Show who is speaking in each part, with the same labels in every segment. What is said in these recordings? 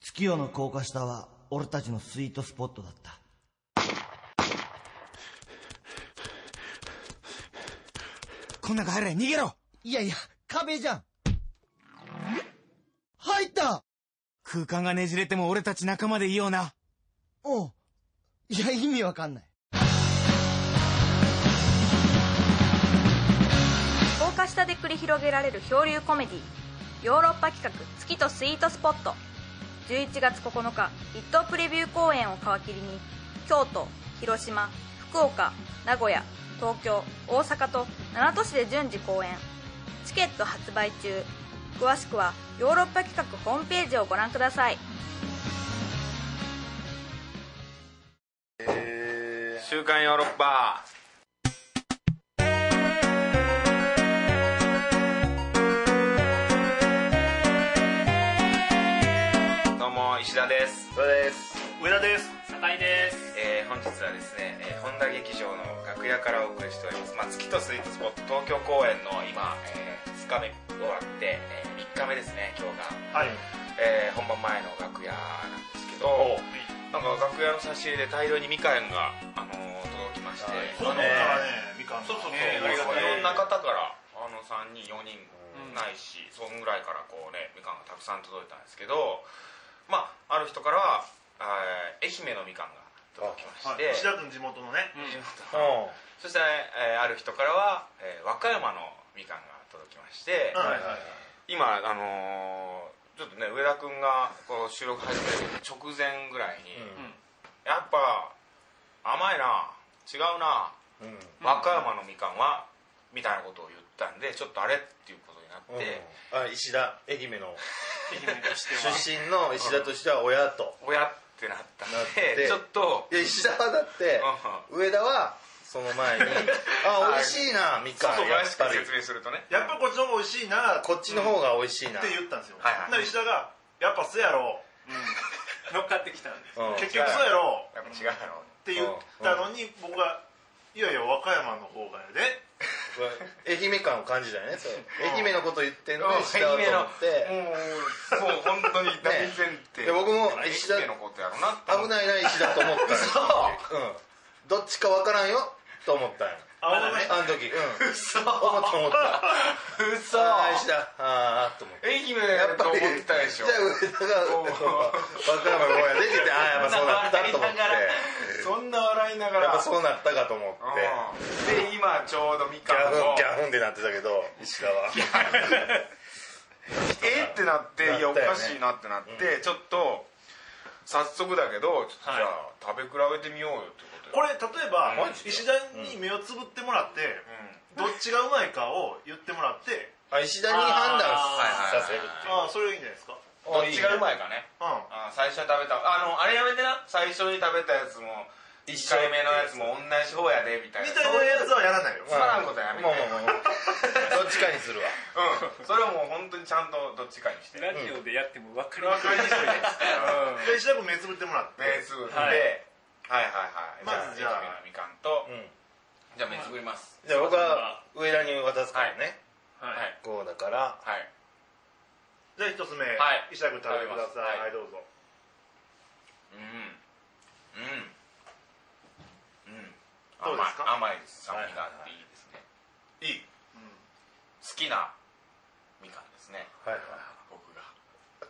Speaker 1: 月夜の高架下は俺たちのスイートスポットだった
Speaker 2: こん中入れ逃げろ
Speaker 1: いやいや壁じゃん入った
Speaker 2: 空間がねじれても俺たち仲間でいような。
Speaker 1: おういや意味わかんない
Speaker 3: 高架下で繰り広げられる漂流コメディヨーロッパ企画「月とスイートスポット」11月9日一等プレビュー公演を皮切りに京都広島福岡名古屋東京大阪と7都市で順次公演チケット発売中詳しくはヨーロッパ企画ホームページをご覧ください
Speaker 4: 週刊ヨーロッパどうも石田です
Speaker 5: そうです上田です
Speaker 6: 高井です
Speaker 4: えー本日はですね、えー本田劇場の楽屋からお送りしております、まあ、月とスイートスポット東京公演の今、え2日目終わって、え3日目ですね今日が、
Speaker 5: はい
Speaker 4: えー本番前の楽屋なんですけどなんか楽屋の差し入れで大量にみかんが、あのー届きまして、
Speaker 5: 今度からねみかん
Speaker 6: そうそうそう
Speaker 4: ね
Speaker 6: ありがたい
Speaker 4: ろんな方からあの3人4人ないし、そんぐらいからこうねみかんがたくさん届いたんですけどまあある人からはあー愛媛のみかんが届きまし
Speaker 5: はい
Speaker 4: て、
Speaker 5: 石田君地元のね
Speaker 4: そして、えーある人からは、えー和歌山のみかんが届きまして、
Speaker 5: はいはいはい
Speaker 4: 今あのーちょっとね上田君がこう収録始める直前ぐらいに、やっぱ甘いな違うな、和歌山のみかんはみたいなことを言ったんでちょっとあれっていうことになって、
Speaker 7: あ石田愛媛の
Speaker 6: 愛媛として
Speaker 7: 出
Speaker 6: は
Speaker 7: 身の石田としては親と
Speaker 4: 親ってなったん
Speaker 7: なっ
Speaker 4: で
Speaker 7: て
Speaker 4: ちょっと
Speaker 7: いや石田はだって上田はその 前に「あ美味しいなみ
Speaker 4: そう
Speaker 7: か
Speaker 4: そ
Speaker 7: ん
Speaker 4: う
Speaker 7: や
Speaker 4: 詳し
Speaker 7: っ
Speaker 4: く
Speaker 7: ぱり
Speaker 4: 説明するとね
Speaker 5: やっぱこっちの方が美味しいなって
Speaker 7: こっちの方が美味しいな」
Speaker 5: 言ったんですよ
Speaker 4: はいはい
Speaker 5: な石田が「やっぱそうやろ
Speaker 6: 乗っかってきたんです
Speaker 7: うん
Speaker 5: 結局そうやろ
Speaker 4: やっぱ違うやろ」
Speaker 5: って言ったのに僕が「いやいや和歌山の方がやで」
Speaker 7: 愛媛感を感じたよねそう愛媛のこと言ってんの
Speaker 4: うん
Speaker 7: 石田はと思って
Speaker 4: もうそう本当に大前提、
Speaker 7: ねで僕も
Speaker 4: 愛
Speaker 7: 石田
Speaker 4: 媛のことやろなって思
Speaker 7: 危
Speaker 4: って
Speaker 7: ないな石田と 思ったそううんどっちかわからんよと思ったんよ
Speaker 5: あ俺ね
Speaker 7: あの時うんそう思った思った
Speaker 4: 嘘
Speaker 7: あー石田あーと思って
Speaker 4: 愛媛やと思ってたでしょ
Speaker 7: じゃあ上田が
Speaker 4: おう
Speaker 7: 和歌山の方やでってああやっぱそうなったと思って
Speaker 4: そんな笑いながら
Speaker 7: やっぱそうなったかと思って
Speaker 4: うんで今ちょうどみ
Speaker 7: ギ
Speaker 4: か
Speaker 7: ャ
Speaker 4: ん
Speaker 7: フ
Speaker 4: も
Speaker 7: ンギャフンってなってたけど石田は
Speaker 4: えーってなっていや
Speaker 7: な
Speaker 4: お
Speaker 7: ったよ
Speaker 4: か
Speaker 7: ね
Speaker 4: しいなってなってちょっと早速だけどちょっとじゃあ食べ比べてみようよってことよ
Speaker 5: これ例えば
Speaker 4: マジで
Speaker 5: 石田に目をつぶってもらってどっちがうまいかを言ってもらって
Speaker 7: あ石田に判断
Speaker 4: あー
Speaker 7: させるっていう
Speaker 5: ああそれがいいんじゃないですか
Speaker 4: どっちがうまいかね
Speaker 5: うん
Speaker 4: あ最初に食べたあのあれやめてな最初に食べたやつも1回目のやつも同じ方やでみたいな
Speaker 5: みたいなやつはやらないよ
Speaker 4: つまらんことやめて
Speaker 7: もうもうもうどっちかにするわ
Speaker 4: うんそれはもう本当にちゃんとどっちかにして
Speaker 6: ラジオでやっても分かりにくいです
Speaker 5: で石田君目つぶってもらっ
Speaker 4: 目
Speaker 5: て
Speaker 4: つぶって、は
Speaker 6: はいい、
Speaker 4: はいはい
Speaker 5: まずじゃあ
Speaker 4: 愛媛のみかんと、
Speaker 7: うん
Speaker 4: じゃあ目つぶります
Speaker 7: じゃあ僕は上田に渡すからね
Speaker 6: は
Speaker 4: はい
Speaker 6: い
Speaker 7: こうだから
Speaker 4: はい
Speaker 5: じゃあ一つ目
Speaker 4: はい
Speaker 5: 石田君食べてくださ
Speaker 4: 食べます
Speaker 5: いはいどうぞ
Speaker 4: うんうんうん
Speaker 5: どうですか
Speaker 4: 甘い甘いです酸味があっていいですね、いい、好きなみかんですね
Speaker 7: はいはい
Speaker 4: 僕が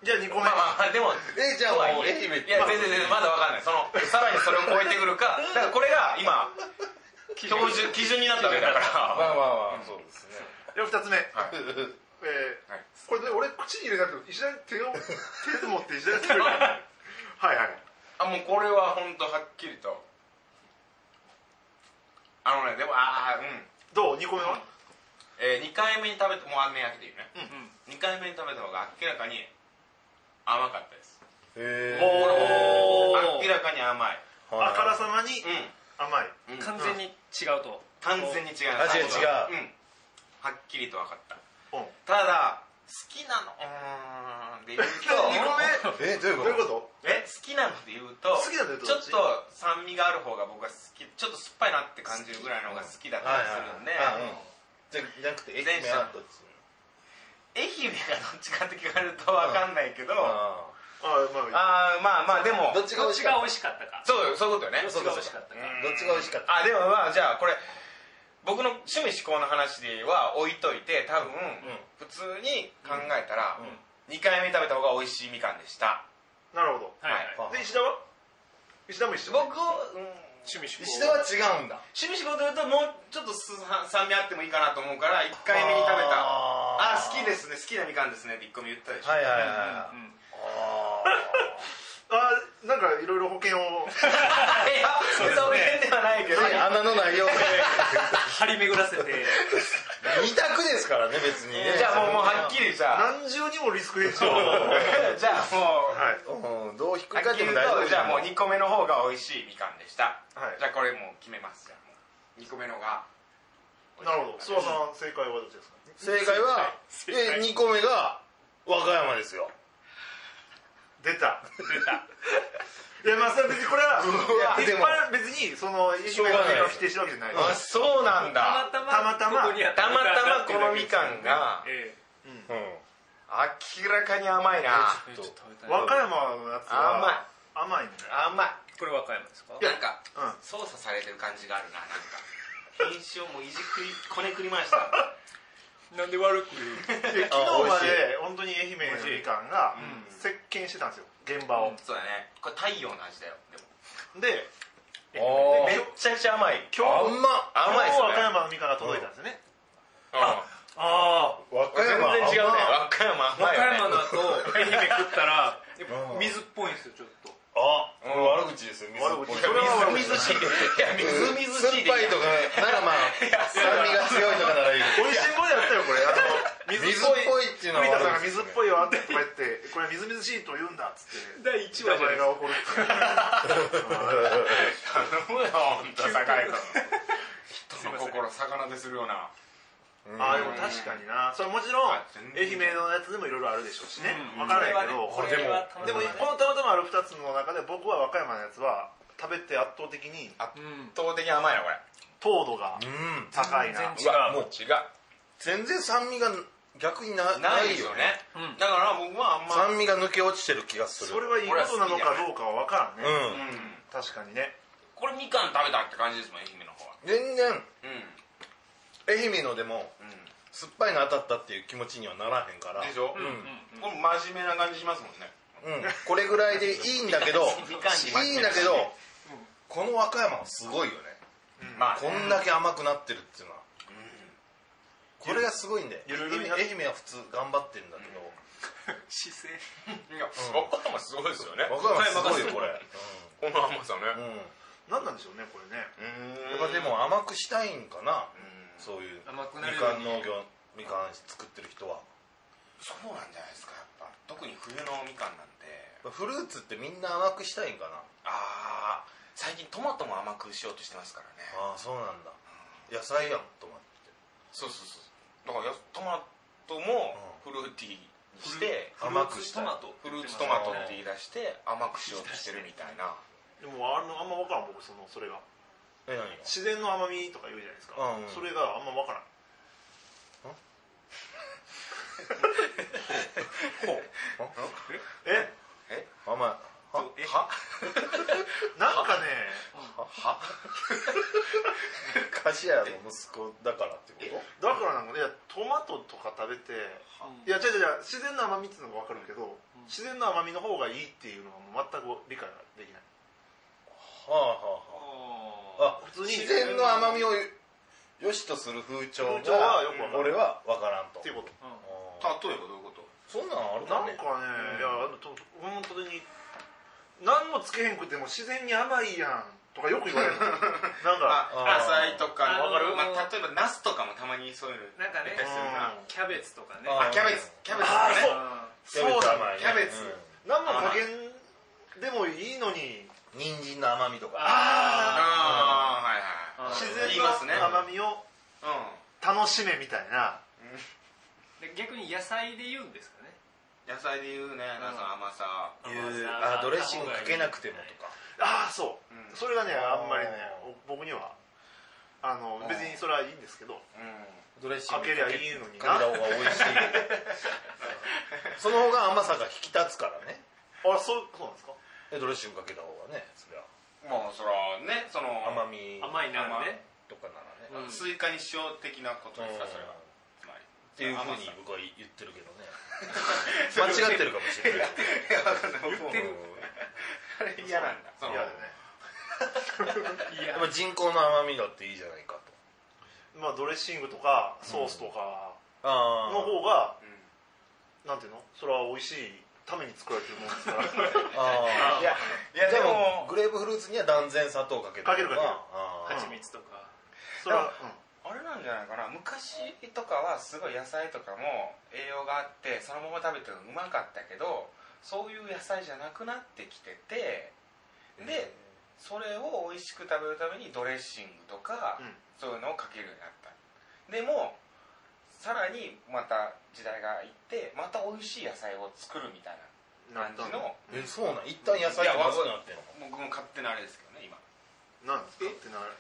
Speaker 5: じゃあ2個目
Speaker 4: まあまあでも
Speaker 7: えじゃあ
Speaker 4: とは
Speaker 7: もう
Speaker 4: いえ
Speaker 7: 愛媛
Speaker 4: いや全然全然まだわかんないそのさらにそれを超えてくるかだからこれ が今標準基準になったわけだか
Speaker 7: まあ
Speaker 4: ら
Speaker 7: まあまあそうですね
Speaker 5: で2つ目
Speaker 4: はい
Speaker 5: えー
Speaker 4: はい
Speaker 5: これで俺口に入れなくて石田に手 を手で持って石田に食べるはいはい
Speaker 4: あもうこれは本当はっきりとあのねでもああうん、
Speaker 5: どう2個目は
Speaker 4: え2回目に食べてもうあんめ焼けていいね、う2回目に食べた方が明らかに甘かったです
Speaker 7: へ
Speaker 5: お
Speaker 4: 明らかに甘い
Speaker 7: ー
Speaker 5: あからさま
Speaker 4: う
Speaker 5: に
Speaker 4: ん
Speaker 5: 甘い
Speaker 6: 完全に違うと
Speaker 4: 完全に違う
Speaker 7: 味が違
Speaker 4: うんはっきりと分かった
Speaker 5: うん
Speaker 4: ただ好きなのうーんで言う と
Speaker 5: 2個目
Speaker 7: えどういう
Speaker 5: ど
Speaker 7: こ
Speaker 5: ういう
Speaker 7: と
Speaker 5: こと
Speaker 4: え好きなので言うと
Speaker 5: 好きなので言うと
Speaker 4: ちょっと酸味がある方が僕は好きちょっと酸っぱいなって感じるぐらいの方が好きだったりするんで、
Speaker 7: はいはいはいあうんじゃじゃなくて愛媛はどっち
Speaker 4: 愛媛がどっちかって聞かれると分かんないけど、
Speaker 7: あ
Speaker 5: あまあ
Speaker 4: ああまあまあでも
Speaker 7: どっちが
Speaker 6: どっ
Speaker 7: 美味し
Speaker 6: ち
Speaker 7: か
Speaker 6: が
Speaker 7: っ
Speaker 6: 美味しかったか
Speaker 4: そうよそういうことよね
Speaker 6: どっちが美味しかったか
Speaker 7: たどっちが美味しかった
Speaker 4: あでもまあじゃあこれ僕の趣味嗜好の話は置いといて多分、普通に考えたら、2回目食べた方が美味しいみかんでした
Speaker 5: なるほ
Speaker 6: はいはい
Speaker 5: どで石田は石田も一緒
Speaker 4: 僕を、うん
Speaker 6: 趣味趣
Speaker 7: 石田は違うんだ
Speaker 4: 趣味嗜好というともうちょっとす酸味あってもいいかなと思うから1回目に食べたあ
Speaker 7: あ
Speaker 4: あ好きですね好きなみかんですねって1個目言ったでしょ、
Speaker 7: はいはいはいはい
Speaker 6: うん
Speaker 5: あーなんかいろいろ 保険を
Speaker 4: いやそういうではないけど、
Speaker 7: はい穴のないよう
Speaker 6: 張り巡らせて
Speaker 7: 二択ですからね別にね
Speaker 4: じゃあもうもうはっきりさ
Speaker 5: 何重にもリスクヘッ ジを
Speaker 4: じゃあもう
Speaker 5: はい
Speaker 7: うんどうひっく
Speaker 4: は
Speaker 7: り返
Speaker 4: っ
Speaker 7: っ
Speaker 4: き
Speaker 7: て
Speaker 4: り
Speaker 7: も
Speaker 4: 言う
Speaker 7: 大丈夫
Speaker 4: とじゃあもう2個目の方が美味しいみかんでした、
Speaker 5: はい
Speaker 4: じゃあこれもう決めますじゃあもう2個目のが
Speaker 5: なるほど諏訪さん正解はどっちですか
Speaker 7: 正解は
Speaker 6: 正解
Speaker 7: え二個目が和歌山ですよ
Speaker 5: 出た 出たいやまあそれは別にこれは
Speaker 7: わ
Speaker 5: 一般別にその愛媛の正解を否定してるわけじゃないで
Speaker 4: あ
Speaker 5: す
Speaker 4: そうなんだ
Speaker 6: た
Speaker 5: またま
Speaker 6: ここにあった
Speaker 4: たまたまこのみかんが
Speaker 6: え
Speaker 7: うん
Speaker 4: 明らかに甘いな
Speaker 6: えちょっと食べたい
Speaker 5: 和歌山のやつは甘いんだよ
Speaker 4: 甘い
Speaker 6: これ和歌山ですか
Speaker 4: なんか、
Speaker 5: うん
Speaker 4: 操作されてる感じがあるななんか品種をもういじくりこねくりました
Speaker 6: なんで悪く
Speaker 5: で昨
Speaker 7: あ
Speaker 5: 日
Speaker 7: 美味
Speaker 5: ま
Speaker 7: しい
Speaker 5: で本当に愛媛のみかんが席巻してたんですよ現場を
Speaker 4: そうだねこれ太陽の味だよでも
Speaker 5: で
Speaker 7: あ
Speaker 4: めっちゃくちゃ甘い
Speaker 5: 今
Speaker 7: あ
Speaker 5: 日
Speaker 7: んま
Speaker 5: 今
Speaker 4: 甘いっす
Speaker 5: 日和歌
Speaker 4: ね
Speaker 5: 山のみかんが届いたんですよね
Speaker 4: あ
Speaker 6: ああ
Speaker 7: 和歌
Speaker 4: 全
Speaker 7: 山
Speaker 4: 然違うね
Speaker 7: あ
Speaker 4: 和歌山
Speaker 6: 和
Speaker 4: 甘
Speaker 6: 歌
Speaker 4: いよね
Speaker 6: 山の後愛媛食ったらやっぱ
Speaker 7: うん
Speaker 6: 水っぽいんですよちょっと
Speaker 7: んまあ悪口ですよ水っぽ
Speaker 5: 悪
Speaker 7: い
Speaker 5: 口
Speaker 4: それはみずみずしいいやみずみずしい
Speaker 7: 酸っぱいとかならまあ酸味が強いとかならいい
Speaker 5: 美味しんぼでやったよこれあの
Speaker 7: 水っぽいっていうのは
Speaker 5: 栗田さんが
Speaker 7: 悪いです
Speaker 5: 水っ
Speaker 7: ね
Speaker 5: ぽいわってこうやってこれみずみずしいと言うんだっつって
Speaker 6: 第1
Speaker 5: 名前が起こる
Speaker 4: 頼むよ本当酒井君人の心魚でするような
Speaker 5: あーでも確かになそれもちろん
Speaker 4: はい
Speaker 5: 愛媛のやつでもいろいろあるでしょうしね分からないけど
Speaker 6: これは
Speaker 5: でもこのたまたまある2つの中で僕は和歌山のやつは食べて圧倒的
Speaker 6: うん
Speaker 5: に
Speaker 4: 圧倒的に甘いなこれ
Speaker 5: 糖度が
Speaker 7: うん
Speaker 5: 高いな
Speaker 6: 全然違う
Speaker 4: もう違う
Speaker 7: 全然酸味が逆にな
Speaker 4: ないよね
Speaker 6: うん
Speaker 4: だから僕はあんま
Speaker 7: 酸味が抜け落ちてる気がする
Speaker 5: それはいいことなのかどうかは分からんね
Speaker 7: う
Speaker 4: う
Speaker 7: ん
Speaker 4: ん
Speaker 5: 確かにね
Speaker 4: これみかん食べたって感じですもん愛媛の方は
Speaker 7: 全然
Speaker 4: うん
Speaker 7: 愛媛のでも
Speaker 4: う
Speaker 7: 酸っぱいの当たったっていう気持ちにはならへんから
Speaker 4: んでしょ
Speaker 7: うん、
Speaker 4: これ真面目な感じしますもんね
Speaker 7: うんこれぐらいでいいんだ けど
Speaker 4: みかんに負けてる
Speaker 7: いいんだけどこの和歌山はすごいよね
Speaker 4: まあ
Speaker 7: こんだけ甘くなってるっていうのはこれがすごいんで
Speaker 5: ゆ
Speaker 7: 愛
Speaker 5: るゆるに
Speaker 7: 媛
Speaker 5: な
Speaker 7: 愛媛は普通頑張ってるんだけど
Speaker 6: 姿勢
Speaker 4: いや分かったもすごいですよね
Speaker 7: 和歌山すごいよこれ
Speaker 4: この甘さ
Speaker 7: う
Speaker 4: ね
Speaker 7: んうん
Speaker 5: 何なんでしょうねこれね
Speaker 4: うん
Speaker 7: やっぱでも甘くしたいんかなそういう
Speaker 6: 甘く
Speaker 7: み
Speaker 6: なるよ
Speaker 7: か
Speaker 6: うんに
Speaker 7: 農業みかん作ってる人は
Speaker 4: そうなんじゃないですかやっぱ特に冬のみかんなんて
Speaker 7: フルーツってみんな甘くしたいんかな
Speaker 4: ああ最近トマトも甘くしようとしてますからね
Speaker 7: ああそうなんだ野菜やんと思って
Speaker 4: そうそうそうだからやトマトもフルーティーにして
Speaker 7: 甘くしたい
Speaker 6: フルーツトマト
Speaker 4: フルーツトマトって言い出して甘くしようとしてるみたいな
Speaker 5: でもあのあんま分からん僕そのそれが
Speaker 7: え何
Speaker 5: 自然の甘みとか言うじゃないですか
Speaker 7: うんうん
Speaker 5: それがあんま分からんえ
Speaker 7: が甘い
Speaker 4: は
Speaker 7: は
Speaker 5: なんかね
Speaker 7: 菓子屋の息子だからってこ
Speaker 5: だからなんかねいやトマトとか食べていや違う違う自然の甘みっていうのが分かるけど自然の甘みの方がいいっていうのが全く理解ができない
Speaker 7: とはあはあはあ
Speaker 5: 普通に
Speaker 7: 自然の甘みを良しとする風潮
Speaker 5: 風潮はよ
Speaker 7: が
Speaker 5: くわからん
Speaker 7: 俺は分からんと
Speaker 5: っていうこと
Speaker 7: あー
Speaker 4: 例えばどういうこと
Speaker 7: そんなんある
Speaker 5: なん
Speaker 7: かね
Speaker 5: かね、いやあのと本当に何もつけへんくても自然に甘いやんとかよく言われるなんか
Speaker 7: あー
Speaker 4: 野菜とか
Speaker 6: あのー
Speaker 4: わかるまあ例えばナスとかもたまにそういうの
Speaker 6: なんかね
Speaker 4: 出たりするな
Speaker 5: うん
Speaker 6: キャベツとかね
Speaker 7: あ
Speaker 4: あキャベツキャベツ
Speaker 5: あ
Speaker 4: とか
Speaker 5: ーそ
Speaker 4: ね
Speaker 5: うそ
Speaker 7: キ
Speaker 5: う
Speaker 7: ャ
Speaker 4: キャベツ
Speaker 5: だ何
Speaker 7: ベツ甘いね
Speaker 5: も加減でもいいのに
Speaker 7: うん人参の甘みとか
Speaker 5: ああ
Speaker 4: ああはいはい
Speaker 5: 自
Speaker 4: 言い
Speaker 5: 然
Speaker 4: ますね
Speaker 5: の甘みを
Speaker 4: う
Speaker 5: 楽しめみたいな、
Speaker 6: で逆に野菜で言うんですかね
Speaker 4: ん野菜で言うねなんか甘さ
Speaker 7: い
Speaker 6: 甘
Speaker 7: う
Speaker 6: さ
Speaker 7: あードレッシングかけなくてもとか
Speaker 5: ああそ
Speaker 4: う
Speaker 5: う、
Speaker 4: ん
Speaker 5: それがねあんまりね
Speaker 7: う
Speaker 5: お僕にはあの別にそれはいいんですけ
Speaker 4: う
Speaker 5: ど
Speaker 4: ん
Speaker 7: ドレッシン
Speaker 5: かけ
Speaker 7: グ
Speaker 5: りゃいいのに
Speaker 7: かけた
Speaker 5: な
Speaker 7: 方が美味しいその方が甘さが引き立つからね
Speaker 5: ああそうそうなんですか
Speaker 7: えドレッシングかけた方がねそりゃ
Speaker 4: まあそらねその
Speaker 7: 甘み
Speaker 6: 甘いならね
Speaker 7: とかならね、
Speaker 6: うん
Speaker 4: スイカに塩的なことですかそれは
Speaker 7: うん
Speaker 4: つまり
Speaker 7: っていうふうに僕は言ってる けどね間違ってるかもしれな
Speaker 4: 言
Speaker 7: い
Speaker 4: ってるあれ嫌なんだその
Speaker 5: 嫌だね
Speaker 7: やっぱ人工の甘みだっていいじゃないかと
Speaker 5: まあドレッシングとかソースとか
Speaker 7: あ
Speaker 5: の方が、
Speaker 4: うん
Speaker 5: なんていうのそれは美味しいために作られてるものですから
Speaker 4: い
Speaker 7: あ
Speaker 4: やいやで
Speaker 7: で
Speaker 4: も
Speaker 7: もグレープフルーツには断然砂糖かけて
Speaker 5: かけるかける
Speaker 7: あ
Speaker 6: 蜂蜜とか
Speaker 5: それは、
Speaker 4: あれなんじゃないかな昔とかはすごい野菜とかも栄養があってそのまま食べてるのうまかったけどそういう野菜じゃなくなってきててでそれを美味しく食べるためにドレッシングとか、
Speaker 5: うん
Speaker 4: そういうのをかけるようになったでもさらにまた時代がいってまた美味しい野菜を作るみたい
Speaker 5: うん、
Speaker 4: な感じの
Speaker 7: えそうなん一旦野菜ってまずくなってんの
Speaker 4: 僕も勝手なあれですけどね今
Speaker 5: なんですかってなる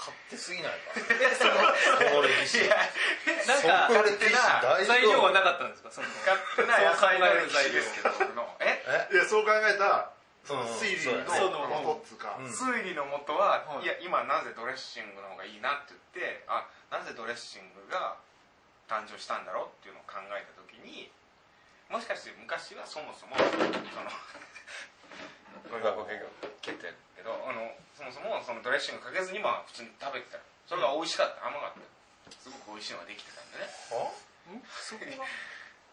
Speaker 7: 勝手すぎないか この歴史
Speaker 6: なんか
Speaker 7: そこの歴史大丈夫
Speaker 6: 材料はなかったんですかその
Speaker 4: 勝手な野菜の歴史ですけど僕のえ
Speaker 5: いやそう考えた
Speaker 7: その
Speaker 5: 推理
Speaker 7: そうや
Speaker 5: の
Speaker 7: ね
Speaker 6: そうだね
Speaker 5: 元っつうか、
Speaker 7: うん
Speaker 4: 推理のもとは、
Speaker 6: はい
Speaker 4: い、や今なぜドレッシングの方がいいなって言ってあなぜドレッシングが誕生したんだろうっていうのを考えた時にもしかして昔はそもそもそ のこれが僕が蹴ってるけどあのそもそもそのドレッシングかけずにまあ普通に食べてたそれが美味しかった甘かったすごく美味しいのができてたんでね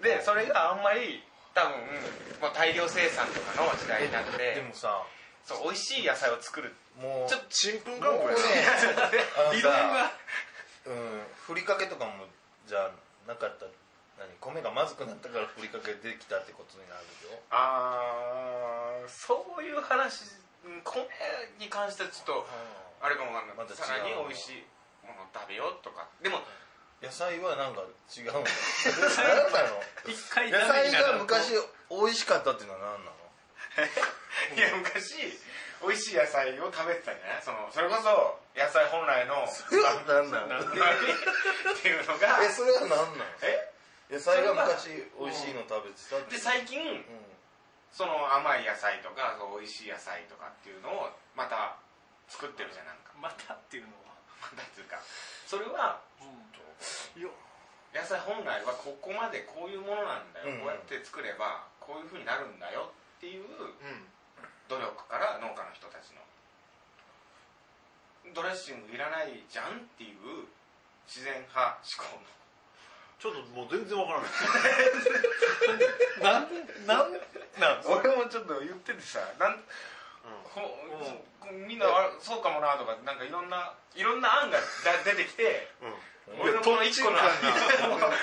Speaker 4: でそれがあんまり多分、まあ、大量生産とかの時代になっ
Speaker 7: で
Speaker 4: て
Speaker 7: もさ
Speaker 4: そう美味しい野菜を作る
Speaker 7: もう
Speaker 4: ちょっ
Speaker 5: ちんぷんかん
Speaker 7: も
Speaker 5: ぷん
Speaker 7: うね
Speaker 5: やな
Speaker 7: あの
Speaker 6: いろん
Speaker 7: さ
Speaker 6: な
Speaker 7: うんふりかけとかもじゃなかった何米がまずくなったからふりかけできたってことになるよ
Speaker 4: あーそういう話うん米に関してはちょっとあれかもわかんない、
Speaker 7: また違う
Speaker 4: さらに美味しいものを食べようとかでも
Speaker 7: 野菜はなんか違う の何なの
Speaker 6: 一回
Speaker 7: 野
Speaker 6: ダメにな
Speaker 7: 菜
Speaker 6: る
Speaker 7: が昔美味しかったっていうのは何なの
Speaker 4: いや昔美味しい野菜を食べてたんじゃないそのそれこそ野菜本来 の
Speaker 7: それは何なの
Speaker 4: うまみっていうのが
Speaker 7: えそれは何なの
Speaker 4: え
Speaker 7: 野菜が昔美味しいの食べてたって
Speaker 4: で最近
Speaker 7: う
Speaker 4: その甘い野菜とかそう美味しい野菜とかっていうのをまた作ってるじゃんなんか
Speaker 6: またっていうのは
Speaker 4: またっていうかそれは野菜本来はここまでこういうものなんだよ、
Speaker 7: うん
Speaker 4: こうやって作ればこういうふうになるんだよっていう
Speaker 5: うん
Speaker 4: 努力から農家の人たちのドレッシングいらないじゃんっていう自然派思考の
Speaker 5: ちょっともう全然わからない
Speaker 6: なんでなん
Speaker 4: 俺もちょっと言っててさなんこみんなあそうかもなとかなんかいろんないろんな案がだ出てきて
Speaker 5: うん
Speaker 4: 俺のこの一個の案